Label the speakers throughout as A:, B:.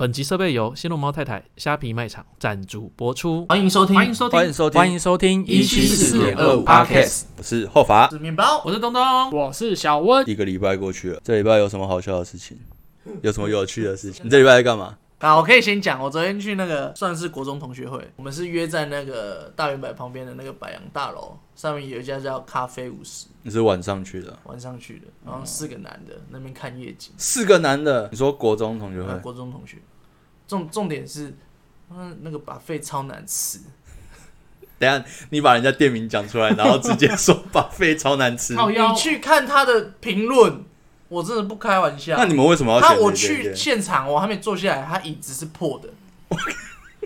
A: 本集设备由新龙猫太太虾皮卖场赞助播出。
B: 欢迎收听，
A: 欢迎收
C: 欢
A: 听
C: 迎，收听，
D: 欢迎收听
B: 174.25
D: Podcast，
C: 我是后法
B: 我。是面包，
A: 我是东东。
D: 我是小温。
C: 一个礼拜过去了，这礼拜有什么好笑的事情？有什么有趣的事情？你这礼拜在干嘛？
B: 啊，我可以先讲，我昨天去那个算是国中同学会，我们是约在那个大圆柏旁边的那个百洋大楼，上面有一家叫咖啡五十，
C: 你是晚上去的？
B: 晚上去的，然后四个男的那边看夜景，
C: 四个男的，你说国中同学
B: 还有
C: 会？
B: 呃国中同学，重重点是，嗯，那个把费超难吃，
C: 等一下你把人家店名讲出来，然后直接说把费超难 吃。
A: 靠腰
B: 你去看他的评论，我真的不开玩笑
C: 那。你们为什么要
B: 他
C: 选
B: 我
C: 这间
B: 去
C: 店？
B: 现场，我还没坐下来，他椅子是破的，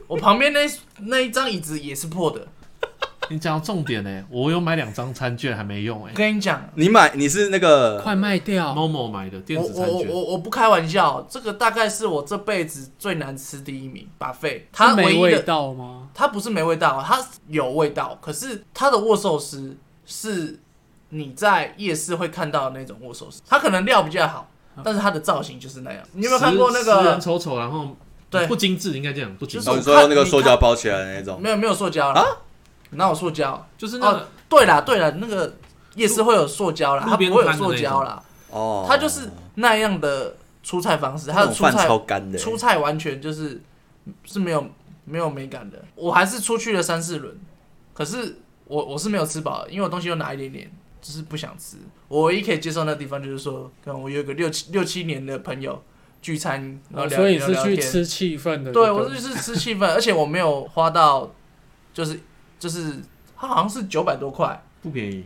B: 我旁边那那一张椅子也是破的，
A: 你讲到重点呢、我有买两张餐券还没用哎、
B: 我跟你讲。
C: 你买你是那个
D: 快卖掉！
A: 某某买的电
B: 我
A: 子
B: 我
A: 餐
B: 我
A: 券，
B: 我我不开玩笑，这个大概是我这辈子最难吃第一名，把肺。它
D: 它
B: 唯
D: 没
B: 一
D: 味
B: 的，
D: 道吗？
B: 它不是没味道，啊它有味道，可是它的握寿司是你在夜市会看到的那种握寿司，它可能料比较好，
A: 嗯
B: 但是它的造型就是那样。你有没有看过那
A: 十人
B: 个？
A: 丑丑，然后
B: 对
A: 不精致，应该这样不精致，
C: 哦，
B: 就
C: 你
B: 是
C: 说用那个塑胶包起来的那
A: 啊
C: 种
B: 没有没有塑胶啦，哪有塑胶？
A: 就是那
B: 哦
A: 个，
B: 对啦对啦，那个夜市会有塑胶啦，
A: 路
B: 它不会
A: 路边
B: 有
A: 摊的
B: 塑胶啦，
C: 哦，
B: 它就是那样的出菜方式，它
C: 那
B: 的
C: 种
B: 出
C: 饭
B: 菜
C: 超干的欸，
B: 出菜完全就是是没有没有美感的。我还是出去了三四轮，可是我我是没有吃饱的，因为我东西又拿一点点，就是不想吃。我唯一可以接受那地方就是说，可能我有一个六七六七年的朋友聚餐，然呃后聊、
D: 哦所以是
B: 聊
D: 去
B: 聊天。
D: 吃气氛的。
B: 对，我就是吃气氛，而且我没有花到，就是就是它好像是九百多块，
A: 不便宜。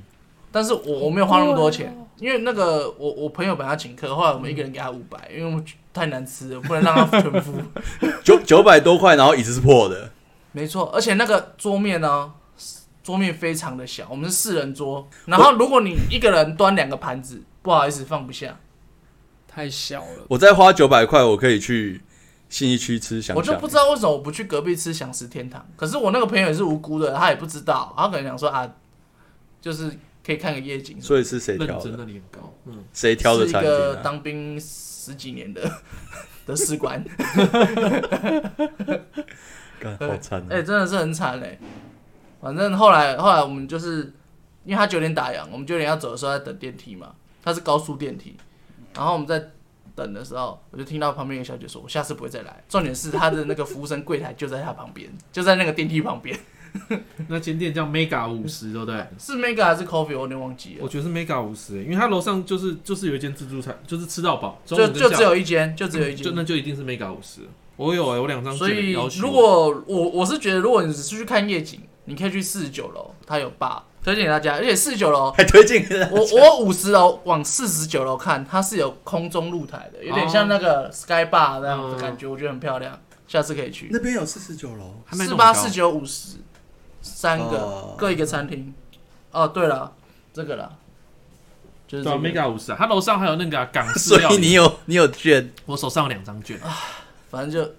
B: 但是我我没有花那么多钱，因为那个我我朋友本来要请客，后来我们一个人给他五百，因为我太难吃了，不能让他全付。
C: 九九百多块，然后椅子是破的，
B: 没错，而且那个桌面呢，桌面非常的小，我们是四人桌，然后如果你一个人端两个盘子，不好意思放不下，
D: 太小 了。
C: 我再花九百块，我可以去信义区吃想
B: 我就
C: 想
B: 不知道为什么我不去隔壁吃享食天堂。可是我那个朋友也是无辜的，他也不知道，他可能想说啊，就是可以看个夜景，
C: 所以是谁
A: 认
C: 挑
A: 真
C: 的？
A: 那里很高，嗯，
C: 谁挑的
B: 是一
C: 餐厅、
B: 个
C: 啊？
B: 当兵十几年的 的士官，
C: 干好惨、
B: 哎、
C: 啊！
B: 真的是很惨嘞、反正后来后来我们就是，因为他九点打烊，我们九点要走的时候在等电梯嘛，他是高速电梯，然后我们在等的时候，我就听到旁边一个小姐说：“我下次不会再来。”重点是他的那个服务生柜台就在他旁边，就在那个电梯旁边，
A: 那间店叫 Mega 五十，对不对？
B: 是 Mega 还是 Coffee？我有点忘记
A: 我
B: 了。
A: 觉得是 Mega 五十、欸因为它楼上就是就是有一间自助餐，就是吃到饱，中午
B: 就
A: 跟
B: 就
A: 下午嗯
B: 只有一间，就只有一
A: 就
B: 间。
A: 那就一定是 mega 五十。我有哎、我两张
B: 所
A: 券
B: 以
A: 要求。
B: 如果我我是觉得，如果你只是去看夜景，你可以去四十九楼，它有 bar，推荐给大家。而且四十九楼
C: 还推荐给他
B: 我我五十楼往四十九楼看，它是有空中露台的，有
C: 哦
B: 点像那个 Sky Bar 那样的感觉，我觉得很漂亮，下次可以去。
C: 嗯那边有四十九楼，
A: 还没那
B: 四
A: 么
B: 八
A: 高
B: 四九五十，三个
C: 哦
B: 各一个餐厅。哦，对了，这个啦，就是
A: 对
B: 这
A: 啊
B: 个。
A: mega 五十啊，它楼上还有那个啊、港式
C: 所
A: 料
C: 以
A: 理。
C: 你有你有券，
A: 我手上有两张券，
B: 反正就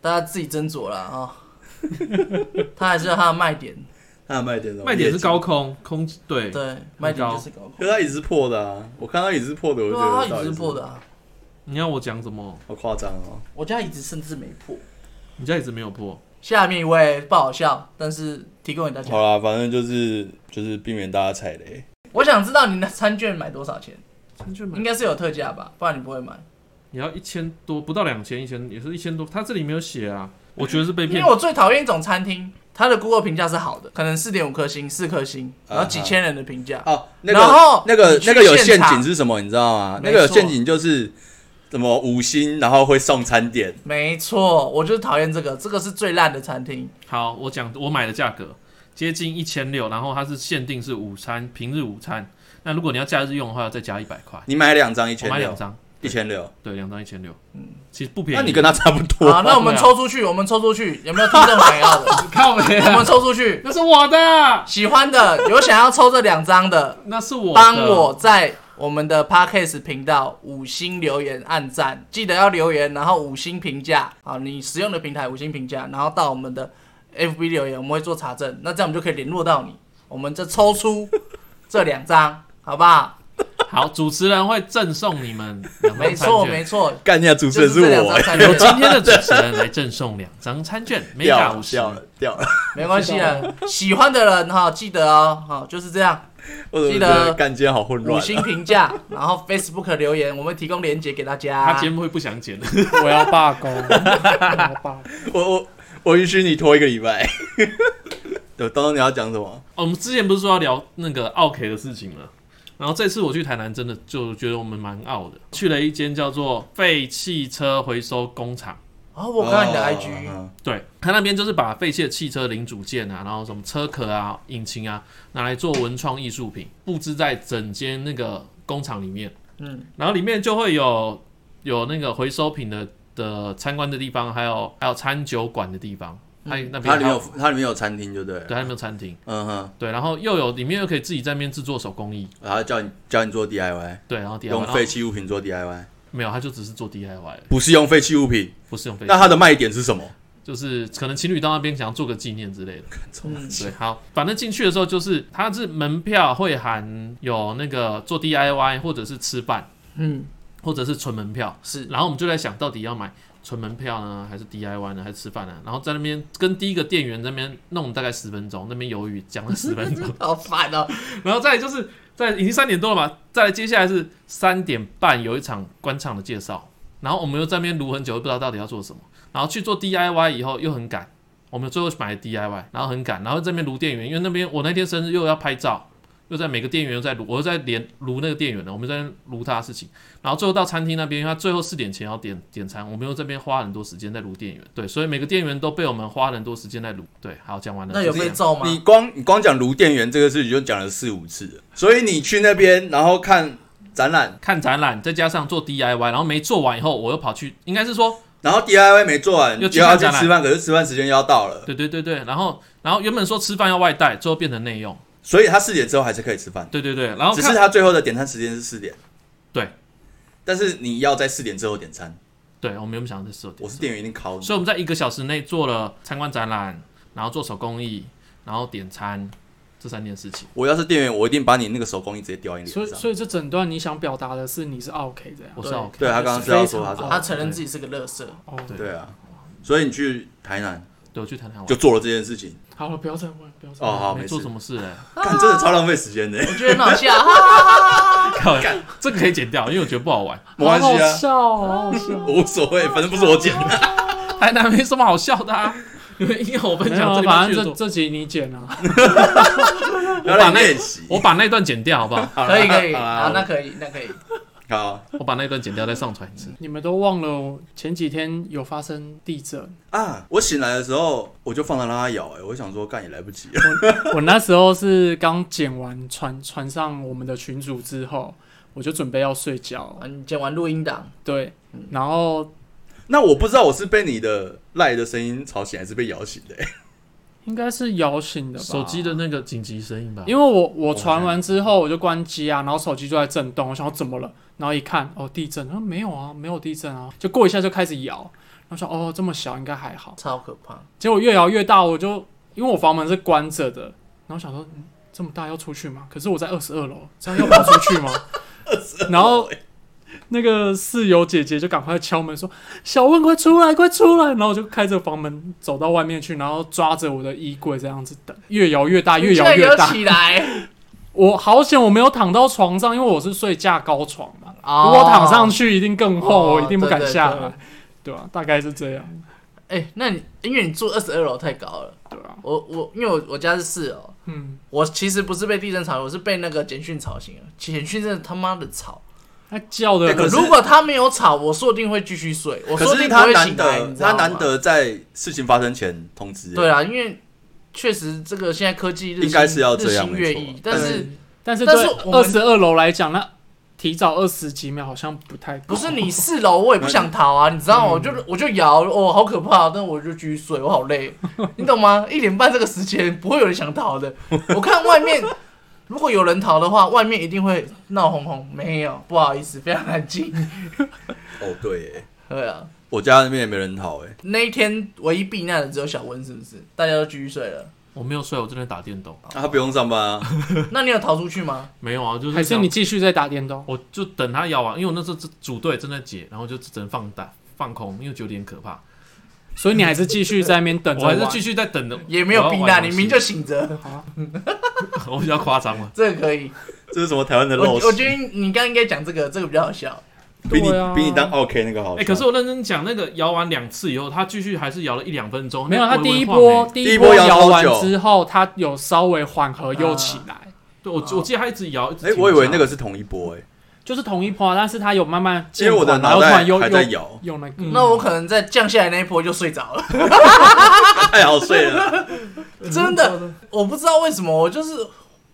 B: 大家自己斟酌啦 啊。它还是有它的卖点，
C: 那啊卖点什么
A: 卖点是高，空空对，
B: 对，卖点就是高
C: 可
B: 空。
C: 是他椅子是破的啊！我看他椅子是破的，我就
B: 对
C: 觉
B: 啊，它
C: 得
B: 椅
C: 到
B: 子
C: 底
B: 是破的，啊，
A: 你要我讲什么？
C: 好夸张哦！
B: 我家椅子甚至没破。
A: 你家椅子没有破，
B: 下面一位不好笑，但是提供给大
C: 好
B: 家。
C: 啦，反正就是就是避免大家踩雷。
B: 我想知道你的餐券买多少钱？
A: 餐券买
B: 应该是有特价吧，不然你不会买。
A: 也要一千多，不到两千，一千也是一千多，它这里没有写啊，我觉得是被
B: 因
A: 骗
B: 为。我最讨厌一种餐厅，它的 Google 评价是好的，可能四点五颗星、四颗星，然后几千人的评价。
C: 哦，那个
B: 然后
C: 那个
B: 你去
C: 那个有陷
B: 现场
C: 阱是什么？你知道吗？
B: 没
C: 那
B: 错
C: 个有陷阱就是什么五星，然后会送餐点。
B: 没错，我就是讨厌这个，这个是最烂的餐厅。
A: 好，我讲我买的价格接近一千六，然后它是限定是午餐，平日午餐。那如果你要假日用的话，要再加一百块。
C: 你买两张一
A: 我
C: 千
A: 买两
C: 六，
A: 张，
C: 一千六，
A: 对，两张一千六，嗯，其实不便宜。
C: 那你跟他差不多
B: 好，。那我们
A: 对啊
B: 抽出去，我们抽出去，有没有听众想要 的？
A: 靠没
B: 我们
A: 啊？
B: 抽出去，
A: 那是我的，
B: 喜欢的有想要抽这两张的，
A: 那是我的
B: 帮我在我们的 Podcast 频道五星留言、按赞，记得要留言，然后五星评价啊，你使用的平台五星评价，然后到我们的 FB 留言，我们会做查 证，那这样我们就可以联络到你，我们就抽出这两张，好不好？
A: 好，主持人会赠送你们两
B: 没
A: 张餐
B: 错
A: 券
B: 没。错，
C: 干你啊！主持
B: 就
C: 人
B: 是
C: 是
B: 这两
C: 我
B: 张， 餐
A: 由
B: 券，
A: 哎 今天的主持人来赠送两张餐券，每
C: 掉
A: 卡
C: 了
A: 五十。
C: 掉了掉了，
B: 没关系啊。喜欢的人哈，记得哦，好，就是这样，
C: 我怎么
B: 记
C: 觉
B: 得
C: 得干今天好混
B: 五
C: 乱啊？
B: 星评价，然后 Facebook 留言，我们提供链接给大
A: 他
B: 家
A: 今。天会不想 剪的，
D: 我要罢工，我要罢工。
C: 我我我允许你拖一个礼拜。 对，东东你要讲什么？
A: 哦我们之前不是说要聊那个奥 K 的事情吗？然后这次我去台南，真的就觉得我们蛮傲的，去了一间叫做废汽车回收工厂。
B: 哦，我看到你的
C: 哦
B: IG，
C: 嗯
A: 对，他那边就是把废弃的汽车零组件啊，然后什么车壳啊、引擎啊，拿来做文创艺术品，布置在整间那个工厂里面。
B: 嗯，
A: 然后里面就会有有那个回收品的的参观的地方，还有还有餐酒馆的地方。它那边
C: 它
A: 还
C: 里面有
A: 有
C: 它里面有餐厅，就对了。
A: 对，它里面有餐厅，
C: 嗯哼，
A: 对，然后又有里面又可以自己在那边制作手工艺，
C: 然后叫你教你做 DIY，
A: 对，然后 DIY
C: 用
A: 然后
C: 废弃物品做 DIY，
A: 没有，他就只是做 DIY，而已
C: 不是用废弃物品。
A: 不是用废弃
C: 那它的卖点是什么？
A: 就是可能情侣到那边想要做个纪念之类的。
B: 嗯，
A: 对，好，反正进去的时候就是它是门票会含有那个做 DIY 或者是吃饭，
B: 嗯，
A: 或者是纯门票。
B: 是
A: 然后我们就在想到底要买纯门票呢，还是 DIY 呢，还是吃饭呢？然后在那边跟第一个店员那边弄大概十分钟，那边犹豫讲了十分钟，
B: 好烦哦。
A: 然后再来就是在已经三点多了嘛，再来接下来是三点半有一场官场的介绍，然后我们又在那边撸很久，又不知道到底要做什么，然后去做 DIY 以后又很赶，我们最后买了 DIY，然后很赶，然后这边撸店员，因为那边我那天生日又要拍照，又在每个店员又在撸，我又在连撸那个店员了，我们在那边撸他的事情，然后最后到餐厅那边，因为他最后四点前要点点餐，我们又这边花很多时间在撸店员，对，所以每个店员都被我们花很多时间在撸，对，好，讲完了，
B: 那有
A: 就这
B: 被
A: 样
B: 揍吗？
C: 你光你光讲卢店员这个事情就讲了四五次了，所以你去那边然后看展览，
A: 看展览，再加上做 DIY，然后没做完以后，我又跑去，应该是说，
C: 然后 DIY 没做完，
A: 又
C: 又
A: 去
C: 要
A: 看
C: 去
A: 展览
C: 吃饭，可是吃饭时间又要到了，
A: 对对对对，然后然后原本说吃饭要外带，最后变成内用，
C: 所以他四点之后还是可以吃饭，
A: 对对对，然后
C: 只是
A: 看
C: 他最后的点餐时间是四点。
A: 对，
C: 但是你要在四点之后点餐，
A: 对，我们原本想的是设定
C: 我，是店员一定考你
A: 所以。我们在一个小时内做了参观展览，然后做手工艺，然后点餐这三件事情，
C: 我要是店员，我一定把你那个手工艺直接叼你
D: 所
C: 脸
D: 以，
C: 上。
D: 所以这整段你想表达的是你是 OK 这样
A: 我是
B: 对
A: OK，
C: 对他刚刚是要说他
D: 非常
C: 是
D: 好
B: 他承认自己是个乐色，
D: 哦，
A: 哦对
C: 对啊，所以你去台南
A: 对，我去谈谈玩
C: 就，做了这件事情。
D: 好了，不要再问，不要再
C: 哦，
D: 问。
C: 好，
A: 嗯没
C: 没事
A: 做。什么啊事哎、
C: 看，真的超浪费时间的，
B: 我觉得很好笑。哈哈哈 哈
A: 靠这个可以剪掉，因为我觉得不好玩，
C: 没关系
D: 好好
C: 啊，
D: 笑哦，好好笑。
C: 我无所谓，反正不是我剪的。
A: 台南没什么好笑的 啊，你们硬要我分
D: 没
A: 享
D: 有，
A: 这个，
D: 反正这这集你剪啊，
C: 要来练习。
A: 我把那段剪掉好不好？
C: 好啦
B: 可以可以，
C: 好啦
B: 好，那可以那可以。啊
C: 好
A: 我把那段剪掉再上传一次。
D: 你们都忘了前几天有发生地震，
C: 啊！我醒来的时候，我就放它让它咬、哎，我想说干也来不及了。
D: 我那时候是刚剪完传传上我们的群组之后，我就准备要睡觉，
B: 啊，你剪完录音档，
D: 对，然后
C: 那我不知道我是被你的赖的声音吵醒，还是被咬醒的、哎
D: 应该是摇醒的吧，
A: 手机的那个紧急声音吧，
D: 因为我我传完之后我就关机啊，然后手机就在震动，我想说怎么了，然后一看哦地震，啊没有啊没有地震啊，就过一下就开始摇，然后想哦这么小应该还好，
B: 超可怕。
D: 结果越摇越大，我就因为我房门是关着的，然后想说、嗯、这么大要出去吗？可是我在二十二楼，这样要跑出去 吗？然后那个室友姐姐就赶快敲门说：“小问，快出来，快出来！”然后我就开着房门走到外面去，然后抓着我的衣柜这样子等，越摇越大，越摇
B: 你居
D: 越
B: 然
D: 大
B: 有。起来，
D: 我好险，我没有躺到床上，因为我是睡架高床嘛。
B: 哦
D: 如果躺上去，一定更厚，
B: 哦
D: 我一定不敢
B: 对对
D: 下来，
B: 对
D: 对吧、大概是这样，
B: 哎，那你因为你住二十二楼太高了，
D: 对啊吧、
B: 我我因为我我家是四楼，
D: 嗯，
B: 我其实不是被地震吵醒，我是被那个简讯吵醒了。简讯真的他妈的吵，
D: 那叫的、
C: 哎可是
B: 如果他没有吵，我说不定会继续睡，我说
C: 可
B: 不
C: 是
B: 定不
C: 他
B: 会
C: 难
B: 醒来，
C: 得
B: 你，知道
C: 他
B: 吗
C: 难得在事情发生前通知、哎
B: 对啊，因为确实这个现在科技日新
C: 应该是要这
B: 日
C: 样
B: 新月
C: 没
B: 异
C: 错，
B: 但
D: 对
B: 是
D: 但是
B: 但
D: 对
B: 是我们
D: 二十二楼来讲，那提早二十几秒好像不太够
B: 不是你四楼，我也不想逃啊，你知
A: 嗯
B: 道吗？我就我就摇，哦，好可怕，但我就继续睡，我好 累，你懂吗？一点半这个时间，不会有人想逃的。我看外面， 如果有人逃的话，外面一定会闹哄哄。没有，不好意思，非常安静。
C: 哦对、哎
B: 对啊，
C: 我家那边也没人讨哎、
B: 那一天唯一避难的只有小温，是不是？大家都继续睡了。
A: 我没有睡，我正在打电动。
C: 啊他不用上班啊，
B: 那你有逃出去吗？
A: 没有啊，就是
D: 还是
A: 想
D: 你继续在打电动？
A: 我就等他咬啊完，因为我那时候组队正在解，然后就只能放胆放空，因为九点可怕，
D: 所以你还是继续在那边等着
A: 我还
D: 玩。
A: 是继续在等的，
B: 也没有避
A: 我要玩
B: 难，
A: 游
B: 你
A: 戏
B: 明就醒着，
D: 好啊，
A: 我比较夸张了。
B: 这个可 以。
C: 这是什么台湾的
B: 我
C: 陋
B: 我觉
C: 习？
B: 得你刚刚应该讲这个，这个比较好笑。
C: 比你
D: 对啊
C: 比你当 OK 那个好
A: 哎、
B: 欸
C: 笑。
A: 可是我认真讲，那个摇完两次以后，他继续还是摇了一两分钟，
D: 没有，
A: 那
D: 他
A: 微
D: 第一
A: 微晃
D: 波
A: 欸
D: 第
C: 第一
D: 一
C: 波
D: 波
C: 摇
D: 摇
C: 好
D: 完
C: 久
D: 之后，他有稍微缓和又起来，
A: 对我我记得他一直摇，
C: 哎，我以为那
A: 个
C: 个是同一波哎，
D: 就是同一波啊，但是他有慢慢
C: 因为我的
D: 渐缓然
C: 脑
D: 后突
C: 袋
D: 然又
C: 还在
D: 又
C: 摇，
D: 又那个，
B: 那我可能在降下来那一波就睡着了，
C: 太好睡了。
B: 真的，我不知道为什么，我就是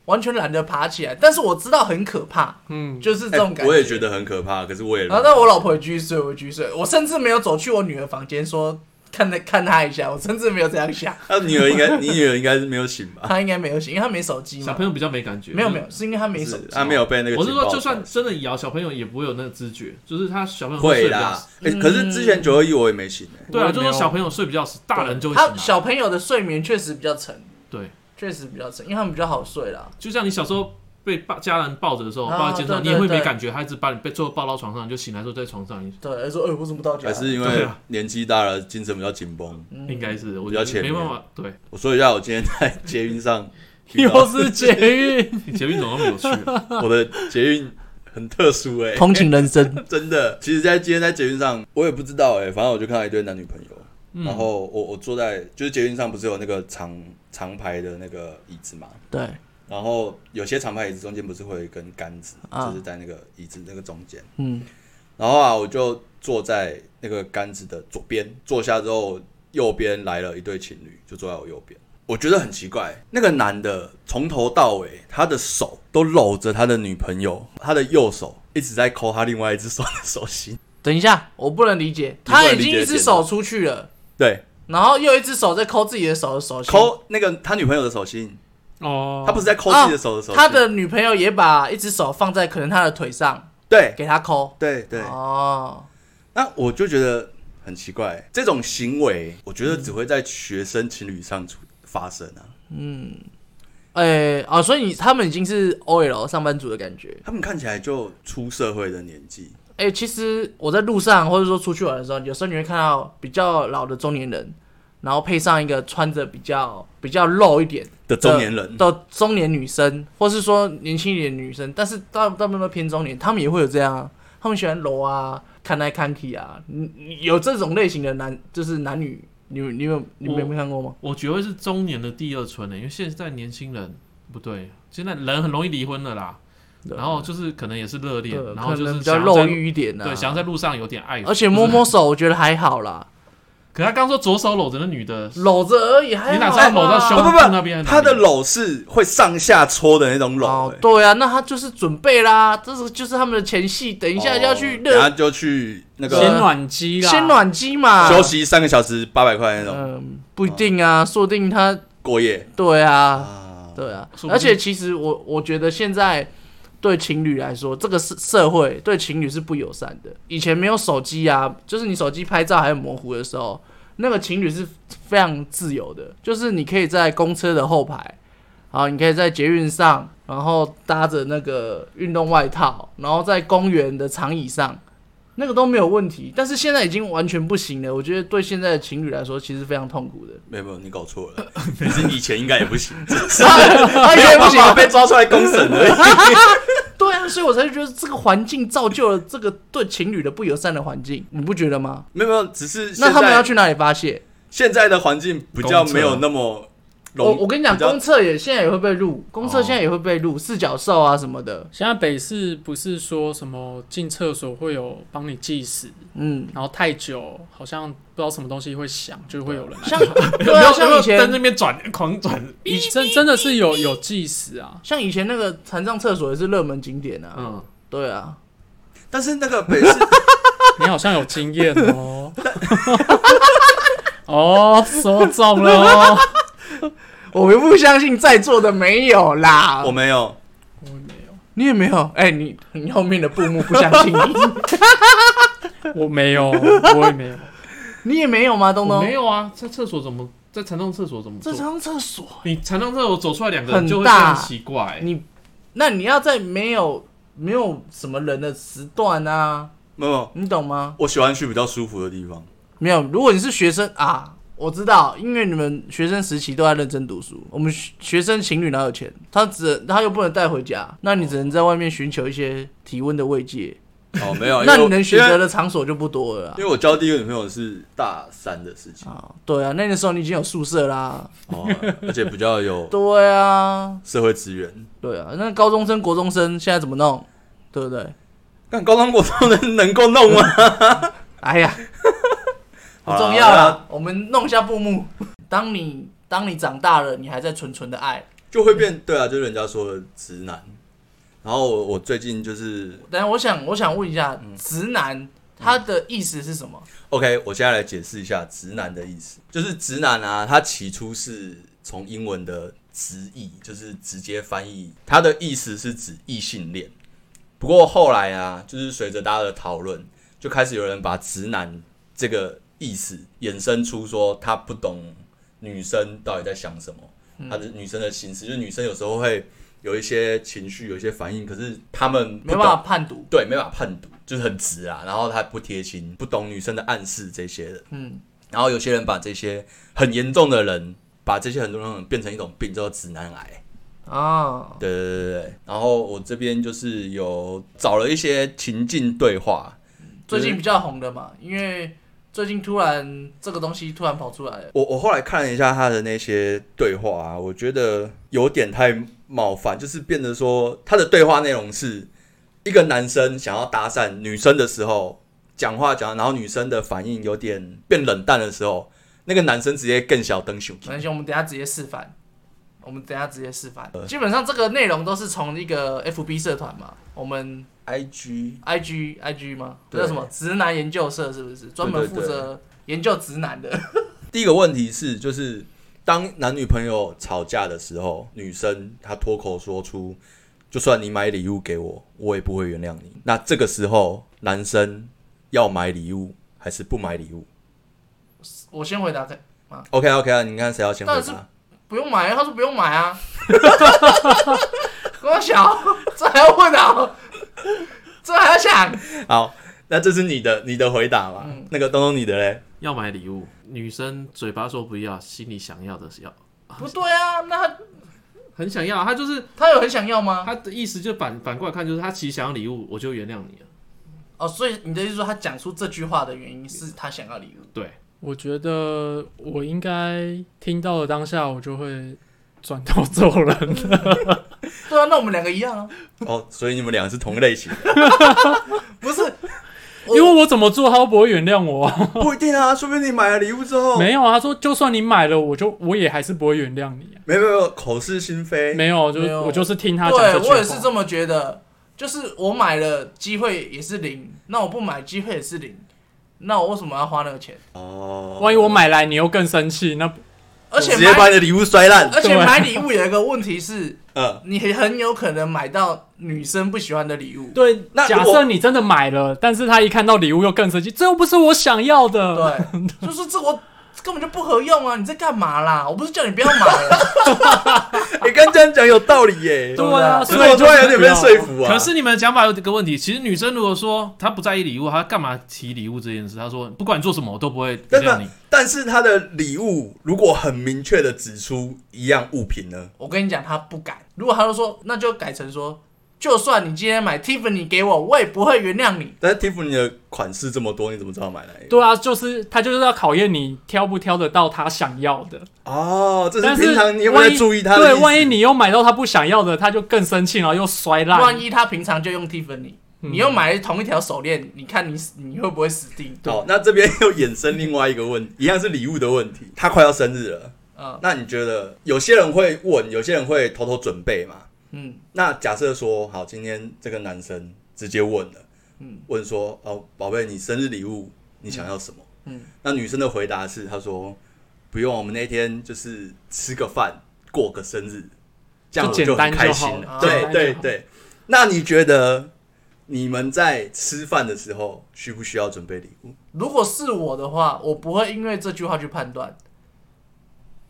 B: 完全懒得爬起来，但是我知道很可怕，
D: 嗯，
B: 就是 这
C: 哎
B: 种感觉。啊
C: 我也觉。得很可怕，可是我也
B: 然后但我老婆也继续睡，我继续睡，我甚至没有走去我女儿房间说看她看她一下，我甚至没有这样想，
C: 他啊女儿应该， 你女儿应该是没有醒吧？
B: 她应该没有醒，因为她没手机
A: 小
B: 嘛
A: 朋。友比较没感觉，
B: 没有
A: 就是
B: 没有，是因为她没手
C: 是
B: 机。
C: 她没有被那个警
A: 我
C: 报
A: 是
C: 吵醒。
A: 说，就算真的摇，小朋友也不会有那个知觉，就是他小朋友
C: 会
A: 睡比较
C: 啦
A: 死。
C: 哎，
B: 嗯
C: 可是之前九二一我也没醒哎，
A: 对
D: 我
A: 啊，
D: 也
A: 就
D: 没
A: 说
D: 有
A: 小朋友睡比较死，大人就会
B: 他
A: 醒来。
B: 小朋友的睡眠确实比较沉，
A: 对，
B: 确实比较沉，因为他们比较好睡啦。
A: 就像你小时候被爸家人抱着的时候，
B: 啊
A: 抱在肩上，你
B: 对
A: 也会
B: 对
A: 没感觉，他一直把你被最后抱到床上，你就醒来之后在床上，
B: 对，还说哎、我怎么不到家？
C: 还是因
A: 对
C: 为
A: 啊
C: 年纪大了，精神比较紧绷。
B: 嗯
A: 应该是我
C: 比较
A: 觉
C: 浅
A: 得没
C: 眠
A: 办法。对，
C: 我说一下，我今天在 捷运上遇
D: 又
C: 到
D: 是捷运，
A: 你捷运怎么那么有趣？啊
C: 我的捷运很特殊哎，
B: 同情人 生。
C: 真的。其实，在今天在捷运上，我也不知道哎、反正我就看到一对男女朋友，然后我我坐在就是捷运上不是有那个长长排的那个椅子嘛，
B: 对，
C: 然后有些长排椅子中间不是会有一根杆子，
B: 啊
C: 就是在那个椅子那个中间。
B: 嗯，
C: 然后啊，我就坐在那个杆子的左边，坐下之后，右边来了一对情侣，就坐在我右边。我觉得很奇怪，那个男的从头到尾，他的手都搂着他的女朋友，他的右手一直在抠他另外一只手的手心。
B: 等一下，我不能理解，
C: 你不能
B: 他
C: 理解
B: 已经一只手出去了，
C: 对，
B: 然后又一只手在抠自己的手的手心。
C: 抠那个他女朋友的手心，
D: 哦，
C: 他不是在抠自己的手的手心，
B: 哦啊他的女朋友也把一只手放在可能他的腿上，
C: 对
B: 给他抠。
C: 对对，
B: 哦，
C: 那我就觉得很奇怪，这种行为我觉得只会在学生情侣上出发生啊。
B: 哎、哦，所以你他们已经是 OL 上班族的感觉。
C: 他们看起来就出社会的年纪，
B: 哎、其实我在路上或者说出去玩的时候，有时候你会看到比较老的中年人，然后配上一个穿着比较比较露一点
C: 的中年人
B: 的的中年女生，或是说年轻一点的女生，但是大大部分都偏中年，他们也会有这样啊，他们喜欢搂啊、看来看去啊，你你有这种类型的男，就是男女，你有你有你们有没有看过吗？
A: 我觉得是中年的第二春呢、欸因为现在年轻人不对，现在人很容易离婚了啦。
B: 对
A: 然后就是可能也是热恋
B: 对，
A: 然后就
B: 可能
A: 是
B: 比较
A: 想要在
B: 肉欲一点啊，
A: 对，想要在路上有点爱，
B: 而且摸摸手，我觉得还好啦，
A: 可他刚说左手搂着那女的，
B: 搂着而已，还
A: 你哪
B: 好
A: 知道搂到
B: 吧
A: 胸
C: 哦不不
A: 部那边还
C: 不，
A: 是哪里
C: 他的搂是会上下搓的那种搂、
B: 哦
C: 欸，，
B: 对啊，那他就是准备啦，这是就是他们的前戏，等一
C: 哦
B: 下要去
C: 然后
B: 热
C: 就去那
D: 先
C: 个
D: 暖机啦，
B: 先暖机嘛，
C: 休。息三个小时，八百块那种
B: 嗯，不一定啊，说不定他
C: 过夜
B: 对啊，
C: 啊，
B: 对啊
A: 说，不定
B: 而且其实我我觉得现在对情侣来说，这个社社会对情侣是不友善的。以前没有手机啊，就是你手机拍照还很模糊的时候，那个情侣是非常自由的，就是你可以在公车的后排，啊，你可以在捷运上，然后搭着那个运动外套，然后在公园的长椅上，那个都没有问题。但是现在已经完全不行了，我觉得对现在的情侣来说，其实非常痛苦 的。
C: 没有没有，你搞错了，可是以前应该也不行，只是
B: 而
C: 没
B: 且啊
C: 有
B: 不
C: 办
B: 行，啊
C: 法被抓出来公审而已。
B: 对啊，所以我才觉得这个环境造就了这个对情侣的不友善的环境，你不觉得吗？
C: 没有没有，只是
B: 那
C: 现
B: 他们要
C: 在
B: 去哪里发泄？
C: 现在的环境比较没有那么
B: 我
C: 容，
B: 我跟你讲，
C: 比较
B: 公厕也现在也会被录，公厕
A: 哦
B: 现在也会被录，四角兽啊什么的，
D: 现在北市不是说什么进厕所会有帮你计时，
B: 嗯，
D: 然后太久好像不知道什么东西会响，就会有人 来。
B: 像
A: 有
B: 对
A: 没
B: 啊，
A: 有有没
B: 像以
A: 有在那
B: 前
A: 边转狂转？
D: 以真真的是有有计时啊，
B: 像以前那个残障厕所也是热门景点啊，
A: 嗯，
B: 对啊，
C: 但是那个北市
D: 你好像有经验哦。 哦，说中了哦，
B: 我们不相信在座的没有啦
C: 我，没有，
D: 我没有，
B: 你也没有，哎、你你后面的布幕不相信你，
D: 我没有，我也没有，
B: 你也没有吗？东
A: 我
B: 东
A: 没有啊，在厕所怎么在残障厕所怎么
B: 这
A: 做？
B: 张厕所，
A: 你残障厕所走出来两个人
B: 很
A: 就会非常
B: 大
A: 奇怪、
B: 你那你要在没有没有什么人的时段啊，
C: 没有，没有
B: 你懂吗？
C: 我喜欢去比较舒服的地方。
B: 没有，如果你是学生啊，我知道，因为你们学生时期都在认真读书，我们学学生情侣哪有钱？他只他又不能带回家，那你只能在外面寻求一些体温的慰藉，
C: 哦，没 有，
B: 那
C: 因为
B: 你
C: 我
B: 能选择
C: 因为
B: 的场所就不多了啊
C: 因为我交第一个女朋友是大三的事情，
B: 啊。对啊，那个时候你已经有宿舍啦。
C: 哦，而且比较有
B: 对啊，
C: 社会资源。
B: 对啊，那高中生、国中生现在怎么弄？对不对？
C: 但高中国中能能够弄吗？
B: 哎呀，不重要
C: 好啦
B: 啦，我们弄一下布幕。当你当你长大了，你还在纯纯的爱，
C: 就会变对啊，就是人家说的直男。然后我我最近就是
B: 但我想我想问一下，
C: 嗯
B: 直男他的意思是什么？
C: OK，我现在来解释一下直男的意思，就是直男啊，它起初是从英文的直译，就是直接翻译，它的意思是指异性恋。不过后来啊，就是随着大家的讨论，就开始有人把直男这个意思衍生出说他不懂女生到底在想什么，
B: 嗯
C: 他的女生的心思，就是女生有时候会有一些情绪，有一些反应，可是他们不
B: 没
C: 懂
B: 办法判读。
C: 对，没办法啊判读，就是很直啊，然后他不贴心，不懂女生的暗示这些的，
B: 嗯，
C: 然后有些人把这些很严重的人，把这些很多人变成一种病，叫做直男癌。
B: 啊，
C: 对对对对对，然后我这边就是有找了一些情境对话，
B: 最近比较红的嘛，因为最近突然这个东西突然跑出来了。
C: 我我后来看了一下他的那些对话啊，我觉得有点太冒犯，就是变得说他的对话内容是一个男生想要搭讪女生的时候，讲话讲，然后女生的反应有点变冷淡的时候，那个男生直接更小灯熊。
B: 没关系，我们等一下直接示范。我们等一下直接示范。基本上这个内容都是从一个 FB 社团嘛，我们
C: I G
B: IG IG 吗？
C: 对
B: 叫什么直男研究社是不是？专门
C: 对对
B: 负
C: 对
B: 责研究直男的。
C: 第一个问题是，就是当男女朋友吵架的时候，女生她脱口说出“就算你买礼物给我，我也不会原谅你”，那这个时候男生要买礼物还是不买礼物
B: 我先回答他，
C: ？OK 啊 OK 啊，你看谁要先回
B: 当然
C: 答？
B: 不用买啊，他说不用买啊。 我想，这还要问啊？这还要想？
C: 好，那这是你的你的回答嘛？那个东东你的嘞？
A: 要买礼物，女生嘴巴说不要，心里想要的是要，
B: 不对啊，那他
A: 很想要。她就是
B: 他有很想要吗？
A: 她的意思，就反反过来看，就是她其实想要礼物，我就原谅你了。
B: 哦，所以你的意思说他讲出这句话的原因是他想要礼物？
A: 对，
D: 我觉得我应该听到的当下，我就会转头走人。
B: 对啊，那我们两个一样啊，
C: 哦，所以你们两个是同类型的，
B: 不是？
D: 因为我怎么做，他都不会原谅我、啊。
C: 不一定啊，说不定你买了礼物之后，
D: 没有啊，他说就算你买了，我就我也还是不会原谅你、啊。
C: 没有没有口是心非，
D: 没有，就
B: 哎没有
D: 我就是听他讲这
B: 对
D: 句话。
B: 我也是这么觉得，就是我买了机会也是零，那我不买机会也是零，那我为什么要花那个钱？
C: 哦，
D: 万一我买来你又更生气，那
B: 而且
C: 直接把
B: 买，
C: 你的礼物摔烂，
B: 而且
D: 对
B: 买礼物有一个问题是，
C: 嗯。
B: 你很有可能买到女生不喜欢的礼物。
D: 对。啊
C: 那如
D: 假
C: 果
D: 设你真的买了，但是他一看到礼物又更生气，这又不是我想要的。
B: 对， 就是这我根本就不合用啊！你在干嘛啦？我不是叫你不要买了，
C: 你刚这样讲有道理耶，
D: 对啊，
C: 所
D: 所以
C: 以我
D: 就
C: 突然有点被说
D: 服。
C: 服啊。
A: 可是你们的讲法有个问题，其实女生如果说她不在意礼物，她干嘛提礼物这件事？她说不管你做什么，我都不会
C: 但
A: 原谅
C: 是
A: 你。
C: 但是他的礼物如果很明确的指出一样物品呢？
B: 我跟你讲，他不改。如果他就说，那就改成说，就算你今天买 Tiffany 给我，我也不会原谅你。
C: 但是 Tiffany 的款式这么多，你怎么知道买哪一个？
D: 对啊，就是他就是要考验你挑不挑得到他想要的。
C: 哦，这
D: 但
C: 是平常你有没有
D: 万
C: 在
D: 一
C: 注意他的
D: 对，
C: 意思
D: 万一你又买到他不想要的，他就更生气，然后又摔烂。
B: 万一他平常就用 Tiffany，
D: 嗯
B: 你又买了同一条手链，你看你死你会不会死定？
C: 好，那这边又衍生另外一个问题，一样是礼物的问题。他快要生日了，
B: 嗯
C: 那你觉得有些人会问，有些人会偷偷准备嘛？
B: 嗯，
C: 那假设说，好，今天这个男生直接问了，
B: 嗯
C: 问说，哦，宝贝，你生日礼物你想要什么？
B: 嗯嗯
C: 那女生的回答是，她说不用，我们那天就是吃个饭，过个生日，这样我
D: 就简
C: 很
D: 单
C: 开
D: 就
C: 心
D: 好
C: 了。
B: 啊
C: 对
D: 简单就
C: 对
D: 好
C: 对，那你觉得你们在吃饭的时候需不需要准备礼物？
B: 如果是我的话，我不会因为这句话去判断。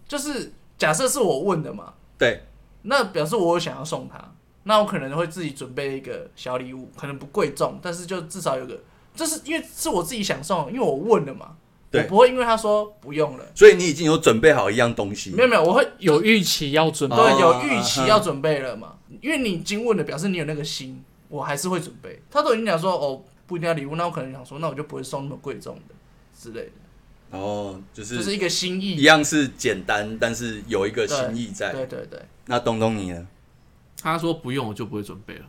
B: 就是假设是我问的嘛，
C: 对，
B: 那表示我有想要送他，那我可能会自己准备一个小礼物，可能不贵重，但是就至少有个，这是因为是我自己想送，因为我问了嘛，我
C: 对
B: 不会因为他说不用了，
C: 所以你已经有准备好一样东西，
B: 没有没有，我会
D: 有预期要准备，
B: 对，
C: 哦
B: 有预期要准备了嘛？因为你已经问了，表示你有那个心，我还是会准备。他都已经讲说哦，不一定要礼物，那我可能想说，那我就不会送那么贵重的之类的，
C: 哦，就
B: 就是是一个心
C: 一
B: 意。
C: 样是简单，但是有一个心意在。
B: 对对对，
C: 那东东你呢？
A: 他说不用，我就不会准备了，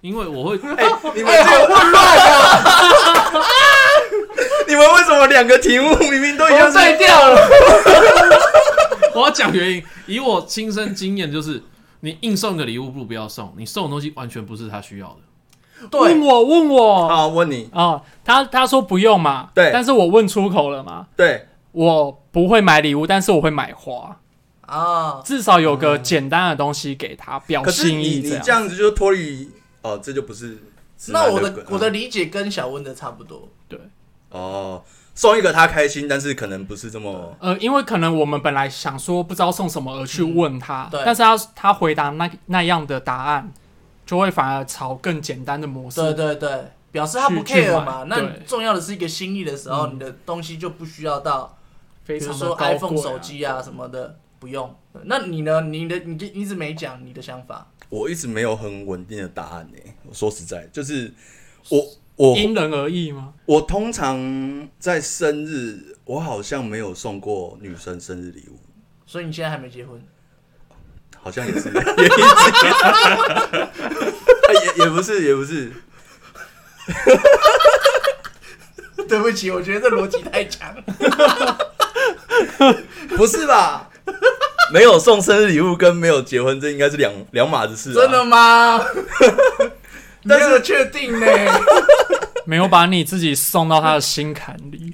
A: 因为我会
C: 哎，你们
B: 哎，好混乱啊！
C: 你们为什么两个题目明明都一
B: 我
C: 样？
B: 醉掉了。
A: 我要讲原因，以我亲身经验就是，你硬送个礼物不如不要送，你送的东西完全不是他需要的。
D: 问
B: 对，
D: 我问我啊、
C: 好，问你，
D: 他他说不用嘛，
C: 对
D: 但是我问出口了嘛，
C: 对，
D: 我不会买礼物，但是我会买花，
B: 啊，
D: 至少有个简单的东西给
B: 哦
D: 他表
C: 可是
D: 心
C: 你
D: 意
C: 你这
D: 样。
C: 样子就脱离哦，这就不是直男
B: 那我
C: 梗
B: 的
C: 啊
B: 我的理解跟小温的差不多。
D: 对，
C: 哦，送一个他开心，但是可能不是这么
D: 呃，因为可能我们本来想说不知道送什么而去问他，
B: 嗯对
D: 但是他他回答那那样的答案，就会反而朝更简单的模式
B: 对对对，表示他不
D: 去去
B: care
D: 买
B: 嘛。
D: 对嗯
B: 那你重要的是一个心意的时候，你的东西就不需要到，
D: 非
B: 比如
D: 常
B: 说
D: 的高
B: iPhone
D: 贵、
B: 手机啊什么的，不用。那你呢？你的你就一直没讲你的想法。
C: 我一直没有很稳定的答案呢、我说实在，就是我我
D: 因人而异吗？
C: 我通常在生日，我好像没有送过女生生日礼物，
B: 所以你现在还没结婚？
C: 好像也是也一直 也也不是也不是，
B: 对不起，我觉得这逻辑太强。
D: 啊
C: 不是吧？没有送生日礼物跟没有结婚，这应该是两两码子事、啊。
B: 真的 吗？
C: 但
B: 但
C: 是
B: 是确定呢？
D: 没有把你自己送到他的心坎里。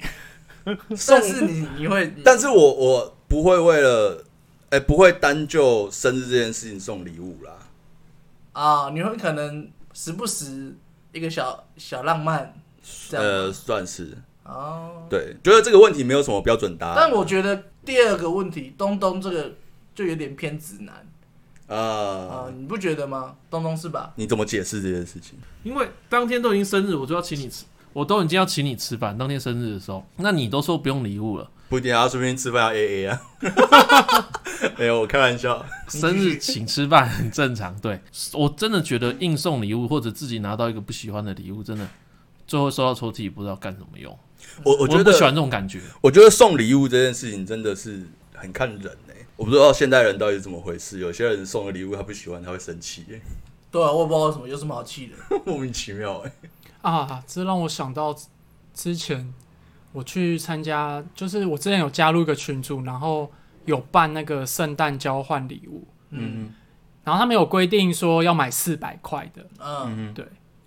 C: 送
B: 但是你你会，
C: 但是我我不会为了，哎、不会单就生日这件事情送礼物啦。
B: 啊，你会可能时不时一个小小浪漫这样
C: 呃，
B: 吗
C: 算是
B: 哦。
C: 对，觉得这个问题没有什么标准答案。
B: 但我觉得第二个问题，东东这个就有点偏直男啊
C: 啊，，
B: 你不觉得吗？东东是吧？
C: 你怎么解释这件事情？
A: 因为当天都已经生日，我就要请你吃，我都已经要请你吃饭。当天生日的时候，那你都说不用礼 物了，
C: 不一定啊，说不定吃饭要 A A 啊。 没有，我开玩笑。
B: 你继续
A: 生日请吃饭很正常。对我真的觉得硬送礼物或者自己拿到一个不喜欢的礼物，真的最后收到抽屉不知道干什么用。
C: 我我
A: 我
C: 觉
A: 不喜
C: 得，
A: 欢这种感觉。
C: 我觉得送礼物这件事情真的是很看人呢、我不知道现代人到底是怎么回事，有些人送了礼物他不喜欢，他会生气、欸，
B: 对啊，我也不知道为什么，有什么好气的？
C: 莫名其妙、欸。
D: 啊，这让我想到之前我去参加，就是我之前有加入一个群组，然后有办那个圣诞交换礼物，
B: 嗯
D: 然后他们有规定说要买四百块的，
B: 嗯，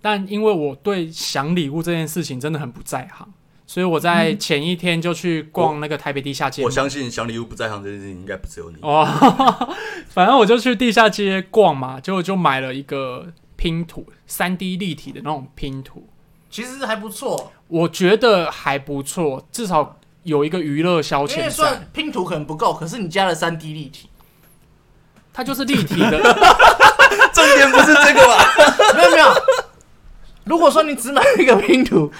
D: 但因为我对想礼物这件事情真的很不在行，所以我在前一天就去逛那个台北地下街
C: 我
D: 嘛。
C: 相信想礼物不在行这件事情应该不只有你。
D: 嗯哦， 反正我就去地下街逛嘛，结果就买了一个拼图，三 D 立体的那种拼图，
B: 其实还不错，
D: 我觉得还不错，至少有一个娱乐消
B: 因为
D: 遣在。
B: 算拼图可能不够，可是你加了三 D 立体，
D: 它就是立体的，
C: 重点不是这个吧？
B: 没有没有。如果说你只买一个拼图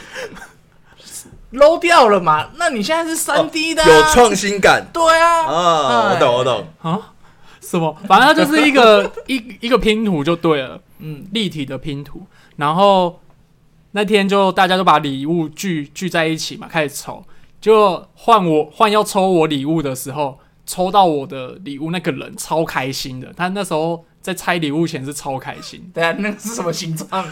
B: ，low 掉了嘛，那你现在是三 D 的、啊
C: 哦有创新感
B: 对啊，
C: 啊！
B: 哎
C: 我懂，我懂。
D: 什么？反正它就是一个 一一个拼图就对了，
B: 嗯，
D: 立体的拼图。然后那天就大家就把礼物聚聚在一起嘛，开始抽。就换我换要抽我礼物的时候，抽到我的礼物那个人超开心的，他那时候在拆礼物前是超开
B: 哎
D: 心，
B: 等一下那个是什么形 状？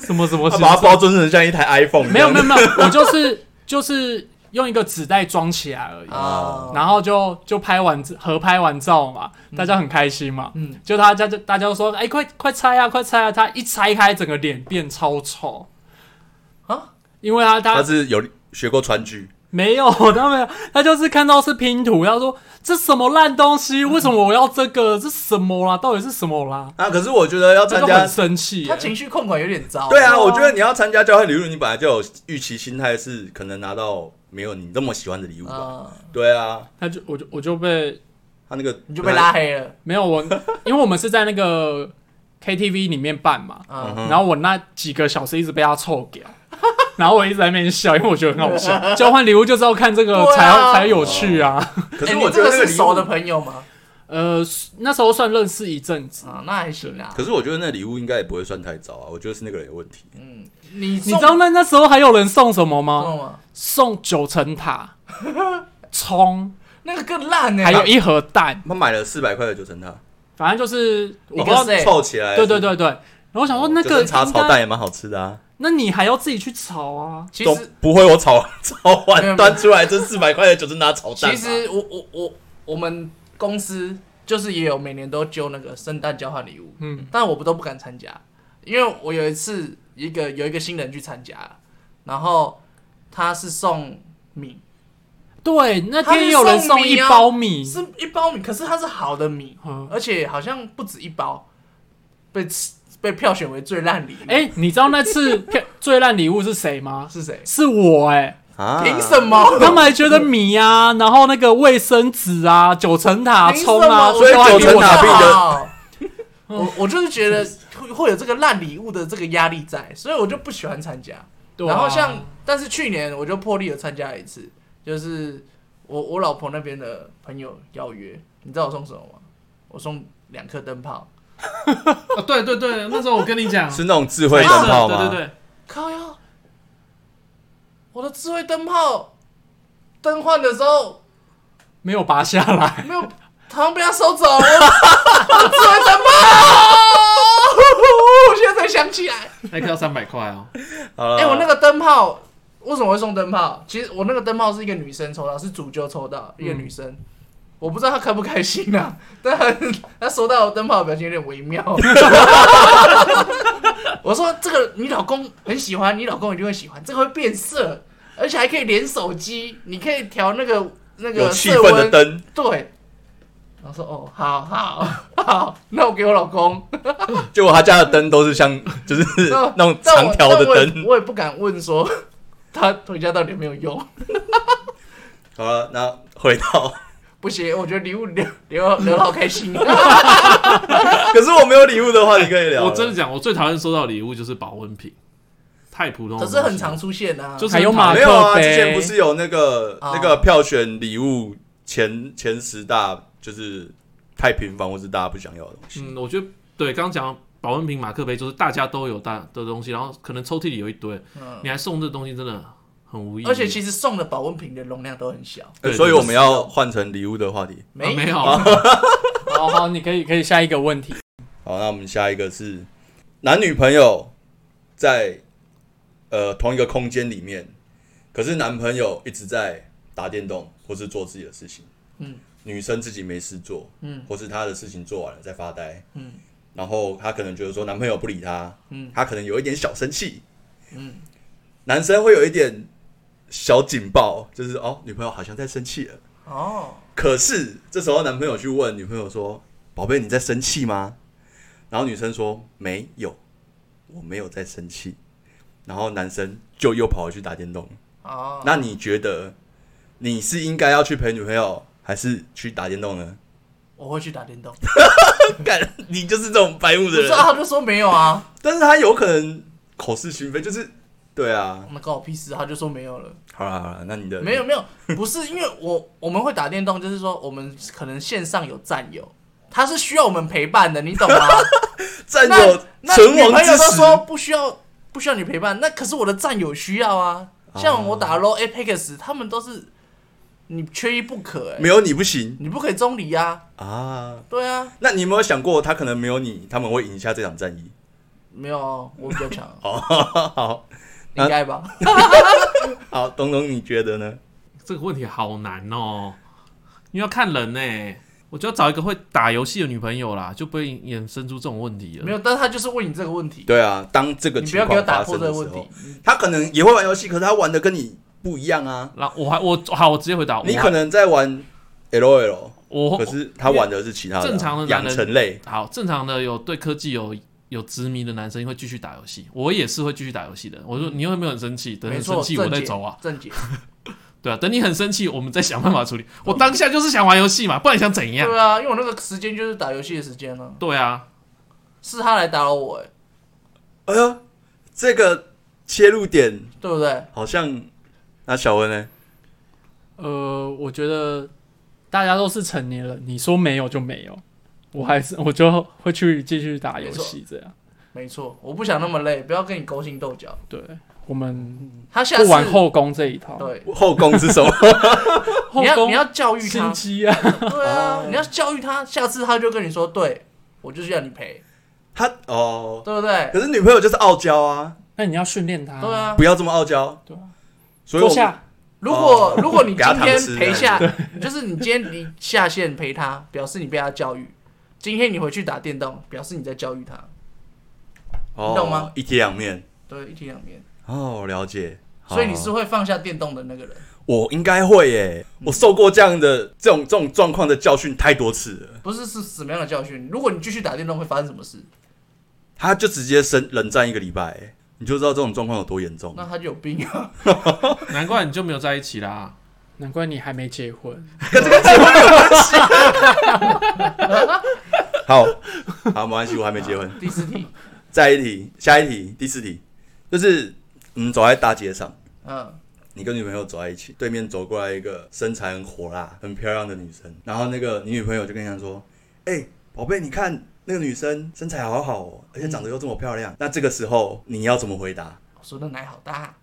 D: 什么什么
C: 他
D: 什
C: 把它
D: 么
C: 包装成像一台 iPhone，
D: 没有没有没有，我就是 就是用一个纸袋装起来而已。
B: 啊，
D: 然后就就拍完合拍完照嘛，大家很开心嘛。
B: 嗯
D: 就大家就大家就说，哎、快快拆啊，快拆啊！他一拆开，整个脸变超丑
B: 啊，
D: 因为他
C: 他
D: 他
C: 是有学过川剧，
D: 没有，他没有，他就是看到是拼图，他说这什么烂东西，为什么我要这个？这什么啦？到底是什么啦？
C: 啊，可是我觉得要
D: 他
C: 参
D: 就
C: 加
D: 很生气耶、
B: 他情绪控管有点糟。
C: 对啊，我觉得你要参加交换礼物，你本来就有预期心态，是可能拿到没有你那么喜欢的礼物吧？
B: 啊，
C: 对啊，
D: 他就我就我就被
C: 他那个
B: 你就被拉，黑了。
D: 没 有我，因为我们是在那个 KTV 里面办嘛，
C: 嗯
B: 啊，
C: 哼
D: 然后我那几个小时一直被他臭屌， 然后我一直在那边笑，因为我觉得很好 笑。交换礼物就是要看这个
B: 对啊
D: 才、才有趣啊。
C: 可
B: 哎
C: 是
B: 你
C: 我觉
B: 这
C: 得
B: 个
C: 那个
B: 是
C: 礼
B: 熟的
C: 物，
B: 朋友吗？
D: 呃，那时候算认识一阵子，
B: 啊，那还行啊
C: 可。是我觉得那礼物应该也不会算太糟啊，我觉得是那个人有问题。
B: 嗯，你
D: 你
B: 你
D: 知道那那时候还有人送什么吗？
B: 吗？
D: 送九 层塔、葱，
B: 那个更烂呢。
D: 还有一盒蛋，
C: 他买了四百块的九层塔，
D: 反正就是我
B: 一
D: 不
B: 个
D: 知道。
B: set
C: 凑起来，
D: 对对，对对，然后我
B: 哦
D: 想说那
C: 哦九
D: 个
C: 层塔
D: 应
C: 炒
D: 该
C: 蛋也蛮好吃的啊，
D: 那你还要自己去炒啊？
B: 其
C: 总
B: 实
C: 不会我炒 炒
B: 没有
C: 完
B: 没有
C: 端出来这四百块的九层塔炒蛋
B: 其
C: 吧。
B: 实我我我我们公司就是也有每年都揪那个圣诞交换礼物，
D: 嗯，
B: 但我不都不敢参加，因为我有一次一个有一个新人去参加，然后他是送米，
D: 对，那
B: 他是
D: 天有人
B: 送
D: 送
B: 米
D: 一
B: 啊
D: 包米，
B: 是一包米，可是它是好的米，
D: 嗯
B: 而且好像不止一包，被吃被票选为最烂礼物。
D: 哎、你知道那次票最烂礼物是谁吗？
B: 是谁？
D: 是我哎、
C: 啊
B: 凭什？么？
D: 他们还觉得米啊，然后那个卫生纸啊、九层塔、
B: 凭什
D: 葱
B: 么
D: 啊，
B: 我
C: 所以
D: 都还
C: 九
D: 比
C: 层
D: 我
C: 塔
D: 大
C: 比你的
B: 好我我就是觉得会会有这个烂礼物的这个压力在，所以我就不喜欢参加。
D: 对啊
B: 然后像，但是去年我就破例有参加一次，就是我我老婆那边的朋友邀约，你知道我送什么吗？我送两颗灯泡，
A: 啊，对对对，那时候我跟你讲，
C: 是那种智慧灯泡吗？
A: 对对对，
B: 靠呀！我的智慧灯泡灯换的时候
D: 没有拔下来，
B: 没有，好像被他收走了。我 的智慧灯 泡，我现在才想起来。
A: 那个要三百块哦。
C: 好了，
B: 哎、我那个灯泡为什么会送灯泡？其实我那个灯泡是一个女生抽到，是主揪抽到一个
C: 嗯
B: 女生，我不知道她开不开心啊，但她她收到我灯泡的表情有点微妙。 我说这个你老公很喜欢，你老公一定会喜欢，这个会变色，而且还可以连手机，你可以调那个那
C: 有
B: 个
C: 气
B: 色
C: 氛
B: 温，
C: 的灯，
B: 对。然后说哦，好好好，那我给我老公。
C: 结果他家的灯都是像 就是
B: 那
C: 那种
B: 但
C: 长
B: 我
C: 条的
B: 但我也
C: 灯。
B: 我也不敢问说 他回家到底有没有用。
C: 好了，那回到，
B: 不行，我觉得礼物留留留得好开心。
C: 可是我没有礼物的话，你可以聊了。
A: 我真的讲，我最讨厌收到礼物就是保温瓶，太普通。
B: 可是很常，出现啊，
A: 就是
D: 还有
A: 很讨
D: 马
A: 厌
C: 没有
D: 克
C: 啊，
D: 杯，
C: 之前不是有那个、
B: 哦
C: 那个票选礼物前前十大，就是太频繁或是大家不想要的东西。
A: 嗯，我觉得对，刚刚讲保温瓶、马克杯，就是大家都有大的东西，然后可能抽屉里有一堆，
B: 嗯
A: 你还送这东西，真的很无意义。
B: 而且其实送的保温瓶的容量都很小，
A: 对
C: 所以我们要换成礼物的话题。
A: 啊
B: 没
A: 没有，
D: 好好，你可以可以下一个问题，
C: 好，那我们下一个是男女朋友在呃同一个空间里面，可是男朋友一直在打电动或是做自己的事情，
B: 嗯，
C: 女生自己没事做，
B: 嗯，
C: 或是她的事情做完了在发呆，
B: 嗯，
C: 然后她可能觉得说男朋友不理她，
B: 嗯，
C: 她可能有一点小生气，
B: 嗯，
C: 男生会有一点小警报，就是哦，女朋友好像在生气了。
B: 哦，
C: 可是这时候男朋友去问女朋友说：“宝贝，你在生气吗？”然后女生说：“没有，我没有在生气。”然后男生就又跑回去打电动。
B: 哦，
C: 那你觉得你是应该要去陪女朋友，还是去打电动呢？
B: 我会去打电动。
C: 干，你就是这种白目
B: 不
C: 的
B: 是
C: 人
B: 啊，。他就说没有啊，
C: 但是他有可能口是心非，就是对啊。
B: 那关我屁事，他就说没有了。
C: 好了好了，那你的
B: 没有没有，不是因为我我们会打电动，就是说我们可能线上有战友，他是需要我们陪伴的，你懂吗？
C: 占
B: 那
C: 有
B: 那
C: 存
B: 女
C: 亡
B: 朋
C: 之
B: 友都
C: 时，
B: 说不需要不需要你陪伴，那可是我的战友需要啊。
C: 哦
B: 像我打 LO Apex，他们都是你缺一不可、欸，
C: 没有你不行
B: 你不可以中离啊。
C: 啊。
B: 对啊，
C: 那你有没有想过，他可能没有你，他们会赢下这场战役？
B: 没有啊，我比较强，
C: 好
B: 应该吧？
C: 好，东东，你觉得呢？
A: 这个问题好难哦，你要看人呢、我就要找一个会打游戏的女朋友啦，就不会衍生出这种问题了。
B: 没有，但是他就是问你这个问题，
C: 对啊，当这个
B: 你不
C: 情
B: 要给我
C: 况
B: 打
C: 发
B: 破
C: 生
B: 这
C: 的
B: 个
C: 时
B: 问题
C: 候，。他可能也会玩游戏，可是他玩的跟你不一样啊。
A: 然后我还我好，我直接回答，我
C: 你可能在玩 L O L，
A: 我
C: 可是他玩的是其他的啊
A: 正常的男
C: 养
A: 人
C: 成类，
A: 好，正常的有对科技有有执迷的男生会继续打游戏，我也是会继续打游戏的。我说你有没有很生气？等
B: 嗯没
A: 很
B: 错，
A: 生气
B: 正
A: 我
B: 解，
A: 再走啊，
B: 正解，
A: 对啊，等你很生气我们再想办法处理。我当下就是想玩游戏嘛，不然想怎样？
B: 对啊，因为我那个时间就是打游戏的时间啊，
A: 对啊，
B: 是他来打扰我、哎，
C: 哎呦，这个切入点
B: 对不对？
C: 好像那小文呢？
D: 呃，我觉得大家都是成年人，你说没有就没有，我还
B: 嗯
D: 是我就会去继续打游戏这样。
B: 没错，我不想那么累，不要跟你勾心斗角。
D: 对，我们
B: 他下次
D: 不玩后宫这一套，
B: 对，
C: 后宫 是什么？
D: 后
B: 你要
D: 宫
B: 你要教育
D: 心
B: 他，
D: 机啊，
B: 对啊
C: 哦，
B: 你要教育他，下次他就跟你说，对我就是要你赔，
C: 他哦，
B: 对不对？
C: 可是女朋友就是傲娇啊，
D: 那你要训练他。
B: 对，啊，
C: 不要这么傲娇。
D: 对啊，
C: 所以
D: 坐
C: 我们
D: 下，
B: 如果如果你
C: 给
B: 今
C: 他哦糖
B: 天
C: 吃
B: 陪下，就是你今天你下线陪他，表示你被他教育。今天你回去打电动，表示你在教育他。
C: 哦
B: 你懂吗？
C: 一体两面
B: 对，一体两面。
C: 哦，了解。哦好
B: 所以你是会放下电动的那个人。
C: 我应该会耶，我受过这样的这种这种状况的教训太多次了，
B: 不是是什么样的教训？如果你继续打电动，会发生什么事？
C: 他就直接生冷战一个礼拜，你就知道这种状况有多严重
B: 那。他就有病 啊！
A: 难怪你就没有在一起啦。
D: 难怪你还没结婚。
C: 好， 好，没关系，我还没结婚。
B: 第四题，
C: 再一题，下一题，第四题，就是我们走在大街上，
B: 嗯，
C: 你跟女朋友走在一起，对面走过来一个身材很火辣、很漂亮的女生，然后那个你女朋友就跟你讲说：“哎、宝贝，你看那个女生身材好好哦，而且长得又这么漂亮。那这个时候你要怎么回答？
B: 我说的奶好大。啊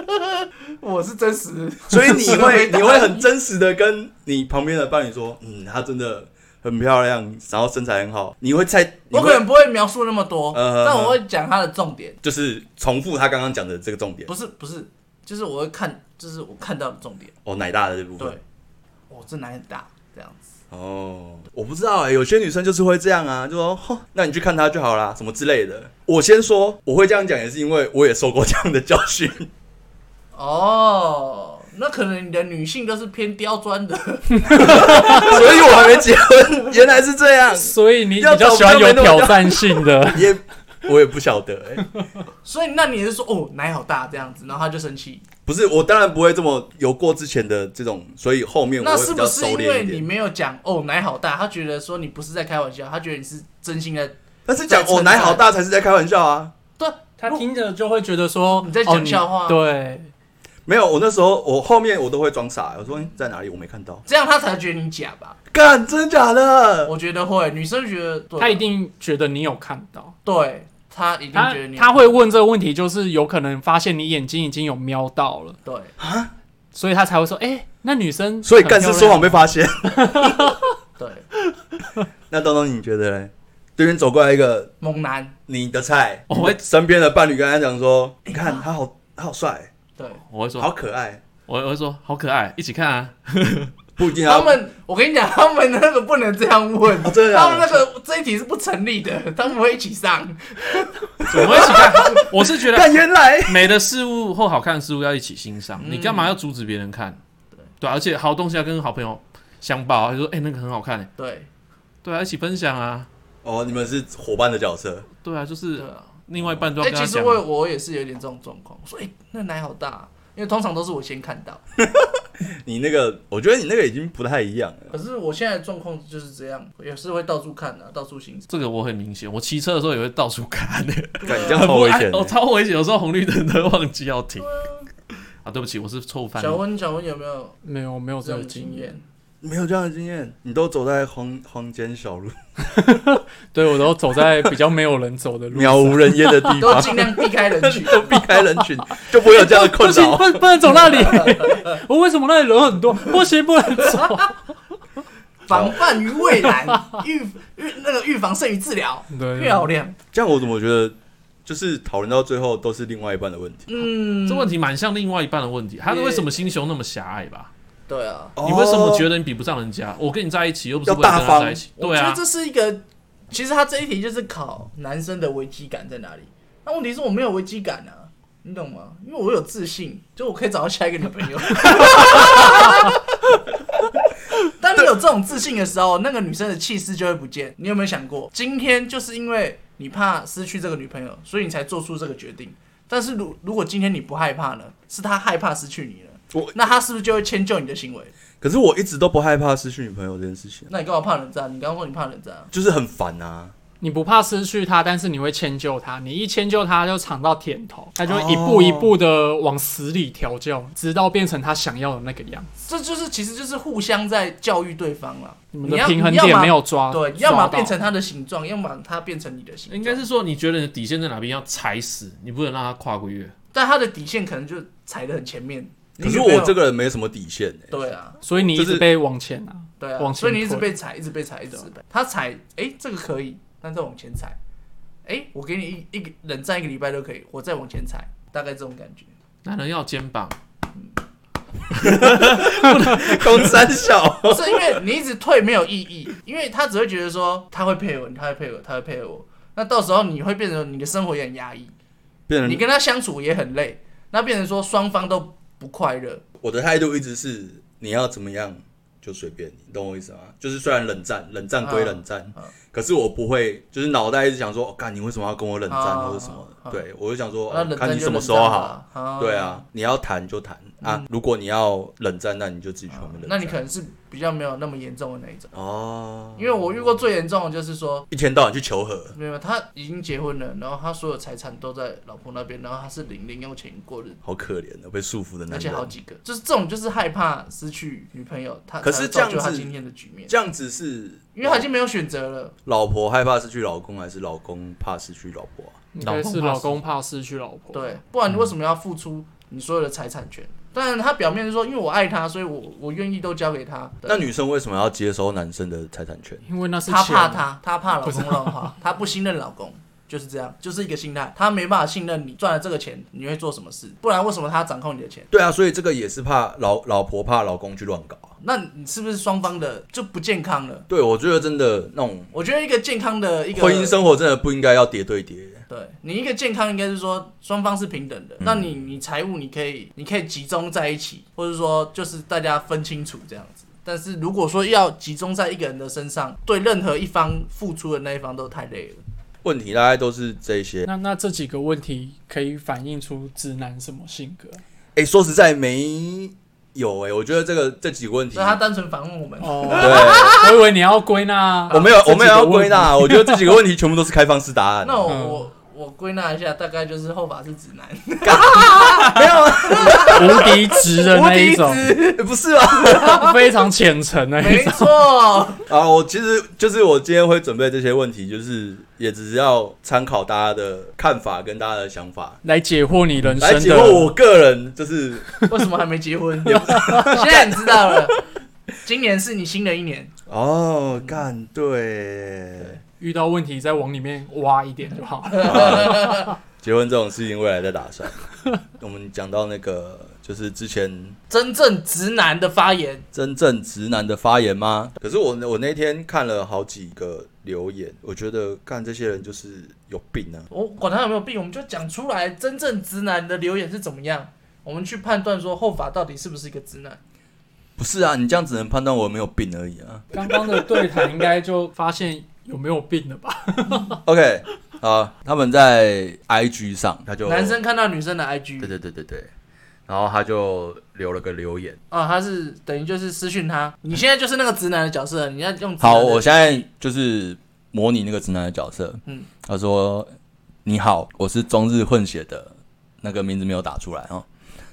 B: 我是真实，
C: 所以你会 你会很真实的跟你旁边的伴侣说：“嗯，她真的很漂亮，然后身材很好。”你会猜，你
B: 我
C: 会
B: 可能不会描述那么多，
C: 呃
B: 但我会讲他的重点，
C: 就是重复他刚刚讲的这个重点
B: 不是不是，就是我会看，就是我看到的重点。
C: 哦，奶大的这部分
B: 对。，我这奶很大，这样子。
C: 哦，我不知道哎、有些女生就是会这样啊，就说，哼那你去看她就好啦，什么之类的。我先说，我会这样讲也是因为我也受过这样的教 训。
B: 哦，那可能你的女性都是偏刁钻的，
C: 所以我还没结婚，原来是这样，
B: 嗯
D: 所以你比
C: 要
D: 较
C: 找
D: 喜欢
C: 比较
D: 有
C: 没那么，
D: 挑战性的
C: 也我也不晓得哎、
B: 所以那你是说哦奶好大这样子，然后他就生气。
C: 不是，我当然不会这么有过之前的这种，所以后面我
B: 那
C: 会
B: 是
C: 比
B: 不
C: 较
B: 是
C: 收
B: 因为
C: 敛一
B: 你
C: 点。
B: 没有讲哦奶好大，他觉得说你不是在开玩笑，他觉得你是真心的。
C: 但是讲哦奶好大才是在开玩笑啊，
B: 对，
D: 他听着就会觉得说
B: 你在讲笑话
D: 哦你对，
C: 没有，我那时候我后面我都会装傻，我说、嗯在哪里我没看到，
B: 这样他才觉得你假吧？
C: 干真的假的？
B: 我觉得会，女生觉得对
D: 他一定觉得你有看到。
B: 对，他一定
D: 他
B: 觉得你
D: 他会问这个问题，就是有可能发现你眼睛已经有瞄到了，
B: 对，
D: 所以他才会说：“哎、那女生
C: 所以
D: 很
C: 干是
D: 漂亮
C: 说谎被发现。
B: 对，
C: 那东东你觉得嘞？对面走过来一个
B: 猛男，
C: 你的菜，
A: 我会
C: 身边的伴侣跟他讲说：“你看他好，他好帅，
B: 对
A: 我会说，
C: 好可爱。
A: 我我会说好可爱，一起看啊。”
C: 不一定
B: 他
C: 要，
B: 们，我跟你讲，他们那个不能这样问，
C: 哦真的
B: 他
C: 假
B: 们
C: 的
B: 那个这一题是不成立的，他们会一起上，
A: 我们一起看。 我是觉得
C: 但原来
A: 美的事物或好看的事物要一起欣赏，
B: 嗯
A: 你干嘛要阻止别人看？对啊，而且好东西要跟好朋友相报啊，就说哎、那个很好看、欸，
B: 对
A: 对啊，一起分享啊，
C: 哦，你们是伙伴的角色，
A: 对啊，就
B: 对
A: 是
B: 啊。
A: 另外一半都要
B: 哎、
A: 跟他
B: 其实
A: 讲。啊
B: 我我也是有点这种状况，我说哎、那奶好大啊、因为通常都是我先看到，
C: 你那个，我觉得你那个已经不太一样了。
B: 可是我现在的状况就是这样，也是会到处看的、啊到处行走。
A: 这个我很明显，我骑车的时候也会到处看、欸，
C: 干你这样超 危
A: 我、
C: 险的
A: 哦、。超危险，有时候红绿灯都忘记要停。啊，对不起，我是错误犯。
B: 小温，小温有没有
D: 没有没有
B: 这
D: 这
B: 种
D: 个
B: 经
D: 经验，
B: 验？
C: 没有这样的经验，你都走在荒荒间小路、
D: 对我都走在比较没有人走 的路
C: 渺无
D: 上，
C: 人烟的 地
B: 都
C: 方，。
B: 尽量避开人群
C: 都避开人群，就不会有这样的
D: 不
C: 困
D: 行，
C: 扰。
D: 不不能走 那里，我为什么那里人很多？不行，不 能走。
B: 防范于未然，预预那个预防胜于治疗。
D: 对，啊
B: 漂亮，
C: 这样我怎么觉得，就是讨论到最后都是另外一半的问题。
B: 嗯，
A: 这问题蛮像另外一半的问题，他是为什么心胸那么狭隘吧？
B: 对啊，
A: 你为什么觉
C: 得？
A: 得你比不上人家？我跟你在一起又不是为了
C: 哦要大
A: 跟他在
C: 方
A: 一起，
B: 我
A: 对
B: 觉
A: 啊
B: 得，这是一个，其实他这一题就是考男生的危机感在哪里。那问题是我没有危机感啊，你懂吗？因为我有自信，就我可以找到下一个 女朋友。当你有这种自信的时候，那个女生的气势就会不见。你有没有想过，今天就是因为你怕失去这个女朋友，所以你才做出这个决定？但是如如果今天你不害怕呢？是她害怕失去你了，
C: 我
B: 那她是不是就会迁就你的行为？
C: 可是我一直都不害怕失去女朋友这件事情，
B: 那你干嘛怕冷战？你刚刚说你怕冷战啊，
C: 就是很烦啊。
D: 你不怕失去他，但是你会迁就他。你一迁就他，就尝到甜头，他就会一步一步的往死里调教，直到变成他想要的那个样子。
B: 这就是其实就是互相在教育对方了。
D: 你们
B: 要
D: 的平衡
B: 你要
D: 点
B: 么
D: 没有抓，
B: 对，
D: 抓
B: 要么
D: 到
B: 变成他的形状，要么他变成你的形状。
A: 应该是说你觉得你的底线在哪边要踩死，你不能让它跨过越。
B: 但他的底线可能就踩得很前面。
C: 可
B: 你
C: 是
B: 有没有
C: 我这个人没什么底线哎、
B: 对啊，
D: 所以你一
C: 就是
D: 直被往前啊。
B: 对啊，
D: 往前
B: 所以你一直
D: 推
B: 被踩，一直被踩，一直被他踩，哎、这个可以，但再往前踩，哎、我给你一一个冷战一个礼拜都可以，我再往前踩，大概这种感觉。
A: 男人要肩膀，
C: 公三 小，
B: 不是因为你一直退没有意义，因为他只会觉得说他会配合你，他会配合，他会配合我。那到时候你会变成你的生活也很压抑，
C: 变
B: 你
C: 成
B: 跟他相处也很累，那变成说双方都不快乐。
C: 我的态度一直是你要怎么样就随便你，懂我意思吗？就是虽然冷战，冷战归冷战，
B: 啊
C: 可是我不会，就是脑袋一直想说，哦干、你为什么要跟我冷战、
B: 啊
C: 或者什么
B: 啊
C: 的？对，我就想说，
B: 那
C: 哦
B: 冷
C: 看
B: 战
C: 你
B: 就
C: 什么
B: 冷
C: 时
B: 战
C: 候好。
B: 吧。啊
C: 对啊，你要谈就谈啊，如果你要冷战，那你就自己去外面冷战。
B: 嗯哦那你可能是比较没有那么严重的那一种，
C: 哦，
B: 因为我遇过最严重的就是说，
C: 一天到晚去求和，
B: 没有他已经结婚了，然后他所有财产都在老婆那边，然后他是零零用钱过日子，
C: 好可怜的被束缚的
B: 而
C: 男
B: 且
C: 人。
B: 好几个，就是这种就是害怕失去女朋友，他
C: 可是
B: 才会造就
C: 这样子
B: 他今天的局面，
C: 这样子是，
B: 因为他已经没有选择了，
C: 老婆害怕失去老公，还是老公怕失去老婆啊？
D: 应该是老公怕失去老婆，
B: 对，不然你为什么要付出你所有的财产权？
C: 嗯
B: 但他表面是说，因为我爱他，所以我我愿意都交给他。
C: 那女生为什么要接收男生的财产权？
D: 因为那是
B: 她
D: 钱啊
B: 怕他，她怕老公乱花，她不信任老公，就是这样，就是一个心态，她没办法信任你赚了这个钱你会做什么事，不然为什么她掌控你的钱？
C: 对啊，所以这个也是怕老老婆怕老公去乱搞啊。
B: 那你是不是双方的就不健康了？
C: 对，我觉得真的那种
B: 我觉得一个健康的一个
C: 婚姻，生活真的不应该要叠对叠。
B: 对你一个健康应该是说双方是平等的。
C: 嗯
B: 那你你财务你可以你可以集中在一起，或者说就是大家分清楚这样子。但是如果说要集中在一个人的身上，对任何一方付出的那一方都太累了。
C: 问题大概都是这些。
D: 那那这几个问题可以反映出直男什么性格？
C: 哎、说实在没有哎、我觉得这个这几个问题
B: 所以，他单纯反问我们，
D: 哦，
C: 对，
D: 我以为你要
B: 啊
D: 归纳，
C: 我没有
D: 这几个
C: 我没有要归
D: 问
C: 纳，我觉得这几个问题全部都是开放式答案。
B: 那我、
D: 嗯
B: 我我归纳一下，大概就是后法是指 南，
C: 啊
D: 题，无敌直的那一 种，
C: 欸不是啊，
D: 非常虔诚欸那一
B: 没
D: 种。
B: 错，
C: 啊，我其实就是我今天会准备这些问题，就是也只是要参考大家的看法跟大家的想法，
D: 来解惑你人
C: 来
D: 生
C: 解惑
D: 的
C: 我个人就是
B: 为什么还没结婚？ 现在你知道了，今年是你新的一年。
C: 哦，干对，
D: 遇到问题，再往里面挖一点就好。
C: 结婚这种事情未来再打算。我们讲到那个就是之前
B: 真正直男的发言，
C: 真正直男的发言吗？可是我我那天看了好几个留言，我觉得干这些人就是有病啊。
B: 我哦管他有没有病，我们就讲出来，真正直男的留言是怎么样，我们去判断说后法到底是不是一个直男。
C: 不是啊，你这样只能判断我有没有病而已啊。
D: 刚刚的对谈应该就发现有没有病了吧？
B: 哦
C: OK，啊，他们在 IG 上，他就
B: 男生看到女生的
C: 对
B: IG
C: 对对对对，然后他就留了个留言。
B: 啊，他是等于就是私讯他，你现在就是那个直男的角色，你要用直男
C: 好，
B: 的
C: 我现在就是模拟那个直男的角色。
B: 嗯
C: 嗯，他说：“你好，我是中日混血的，那个名字没有打出来哦。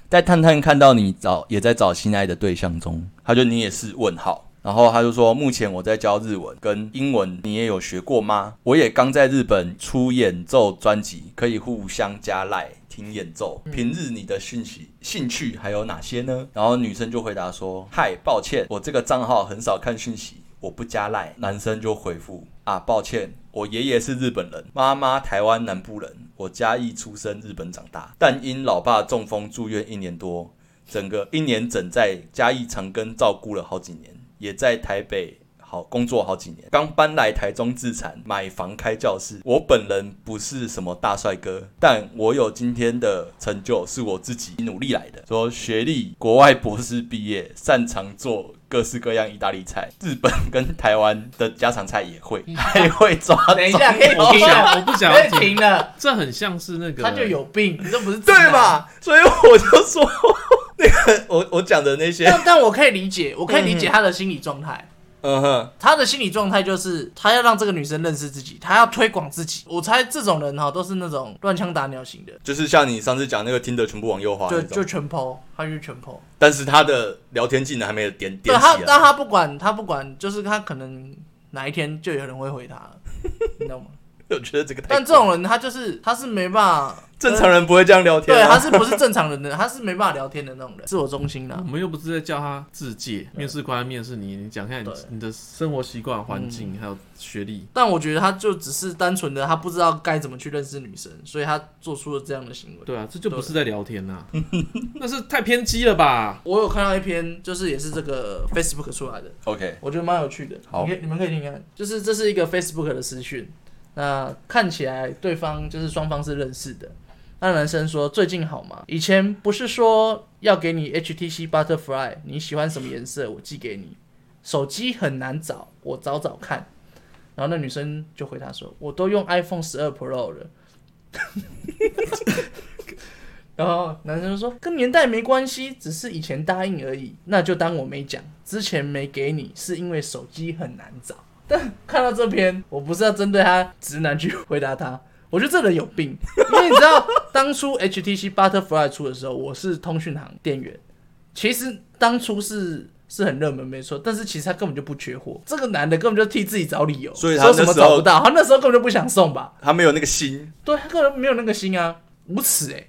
C: 在探探看到你找也在找心爱的对象中，他就你也是问号。”然后他就说：“目前我在教日文跟英文，你也有学过吗？我也刚在日本出演奏专辑，可以互相加赖听演奏。
B: 嗯
C: 平日你的讯息、兴趣还有哪些呢？”然后女生就回答说：“嗨，抱歉，我这个账号很少看讯息，我不加赖。”男生就回复：“啊，抱歉，我爷爷是日本人，妈妈台湾南部人，我嘉义出生，日本长大，但因老爸中风住院一年多，整个一年整在嘉义长庚照顾了好几年，也在台北好工作好几年，刚搬来台中自产买房开教室。我本人不是什么大帅哥，但我有今天的成就，是我自己努力来的。说学历，国外博士毕业，擅长做。各式各样意大利菜，日本跟台湾的家常菜 也会，还会抓中
B: 等一下，可
C: 哦
B: 以
A: 我不
B: 停了，
A: 想，我不想
B: 可
C: 哎
A: 要
B: 以停
A: 听，
B: 了。
A: 这很像是那个，
B: 他就有病，这不是直
C: 对
B: 男？
C: 吧？所以我就说， 那个我我讲的那些，
B: 但但我可以理解，我可以理解他的心理状态。
C: 嗯哼，
B: 他的心理状态就是他要让这个女生认识自己，他要推广自己。我猜这种人哈都是那种乱枪打鸟型的，
C: 就是像你上次讲那个听的全部往右滑那
B: 就
C: 种，
B: 就全抛，他就是全抛。
C: 但是他的聊天技能还没有点
B: 对
C: 点
B: 他
C: 起，啊
B: 但
C: 来。
B: 他不管，他不管，就是他可能哪一天就有人会回他了， 你知道 吗？
C: 我觉得这个太
B: 但这种人他就是他是没办法
C: 正常人不会这样聊天、
B: 对，他
C: 啊。
B: 是不是正常人的？他是没办法聊天的那种人，自我中心的、
C: 嗯
A: 我们又不是在叫他自介，面试官面试你，你讲一下你
B: 对嗯
A: 你的生活习惯、环境还有学历。
B: 但我觉得他就只是单纯的他不知道该怎么去认识女生，所以他做出了这样的行为。
A: 对啊，这就不是在聊天呐、那是太偏激了吧？
B: 我有看到一篇，就是也是这个 Facebook 出来的，
C: OK，
B: 我觉得蛮有趣的。
C: 好
B: 你可以你们可以听听看，就是这是一个 Facebook 的私讯，那看起来对方就是双方是认识的。那男生说最近好吗？以前不是说要给你 HTC Butterfly，你喜欢什么颜色我寄给你。手机很难找，我找找看。然后那女生就回答说：“我都用 iPhone 十二 Pro 了。”然后男生就说：“跟年代没关系，只是以前答应而已，那就当我没讲。之前没给你，是因为手机很难找。”但看到这篇，我不是要针对他直男去回答他，我觉得这人有病，因为你知道当初 HTC Butterfly 出的时候，我是通讯行店员，其实当初是。是很热门，没错，但是其实他根本就不缺货，这个男的根本就替自己找理由，
C: 所以他
B: 说什么
C: 那时候
B: 找不到，他那时候根本就不想送吧，
C: 他没有那个心，
B: 对他根本没有那个心啊，无耻哎、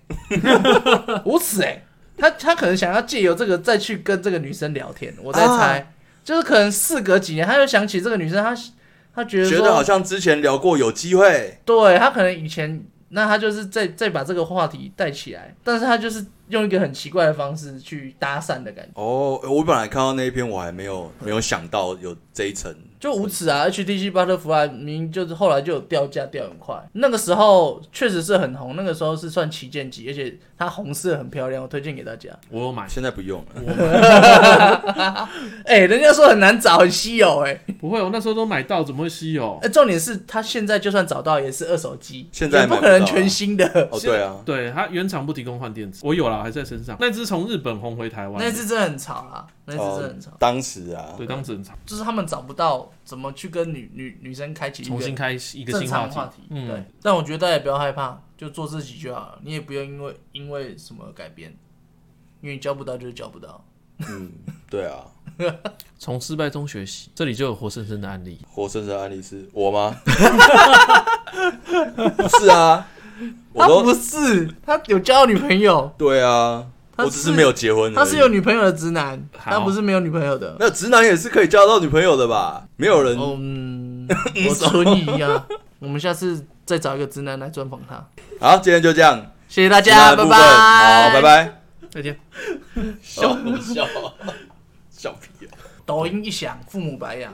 B: 无耻哎、他他可能想要借由这个再去跟这个女生聊天，我在猜，就是可能事隔几年，他又想起这个女生，他他觉得
C: 觉
B: 说，
C: 得好像之前聊过有机会。
B: 对他可能以前，那他就是再再把这个话题带起来，但是他就是用一个很奇怪的方式去搭讪的感觉，
C: 哦，我本来看到那一篇，我还没有没有想到有这一层。
B: 就无耻啊！HTC Butterfly 明明就是后来就有掉价掉很快，那个时候确实是很红，那个时候是算旗舰机，而且它红色很漂亮，我推荐给大家。
A: 我有买，
C: 现在不用 了，
B: 哎、人家说很难找，很稀有、欸，哎、
A: 不会，我那时候都买到，怎么会稀有？
B: 重点是它现在就算找到也是二手机，
C: 现在
B: 也
C: 也买
B: 不
C: 不
B: 可能
C: 到啊
B: 全新的。
C: 哦，对啊，
A: 对，它原厂不提供换电池，我有啦，还在身上。那只从日本红回台湾，
B: 那次真的很吵啦，那次真的
C: 哦
B: 很吵，，
C: 当时啊
A: 对，，当时很长，
B: 就是他们找不到怎么去跟女女女生开启一
A: 重
B: 个
A: 新开一个
B: 正
A: 新
B: 常
A: 话
B: 的话
A: 题。
B: 题。
A: 嗯
B: 对，但我觉得大家也不要害怕，就做自己就好了，你也不要因为因为什么而改变，因为交不到就是交不到。
C: 嗯，对啊，
A: 从失败中学习，这里就有活生生的案例。
C: 活生生的案例是 我吗？是啊，我
B: 他不
C: 说
B: 是，他有交到女朋友，
C: 对啊，
B: 他
C: 我只是没有结婚而已，
B: 他是有女朋友的直男，
A: 好
B: 他不是没有女朋友的。
C: 那直男也是可以交到女朋友的吧？没有人，
B: 嗯，我存疑啊。我们下次再找一个直男来专访他。
C: 好，今天就这样，
B: 谢谢大
C: 直
B: 家，
C: 男的
B: 拜
C: 部
B: 拜。
C: 分好，拜。拜，
A: 再见。
C: 笑什么笑啊，笑屁啊！
B: 抖音一响，父母白养。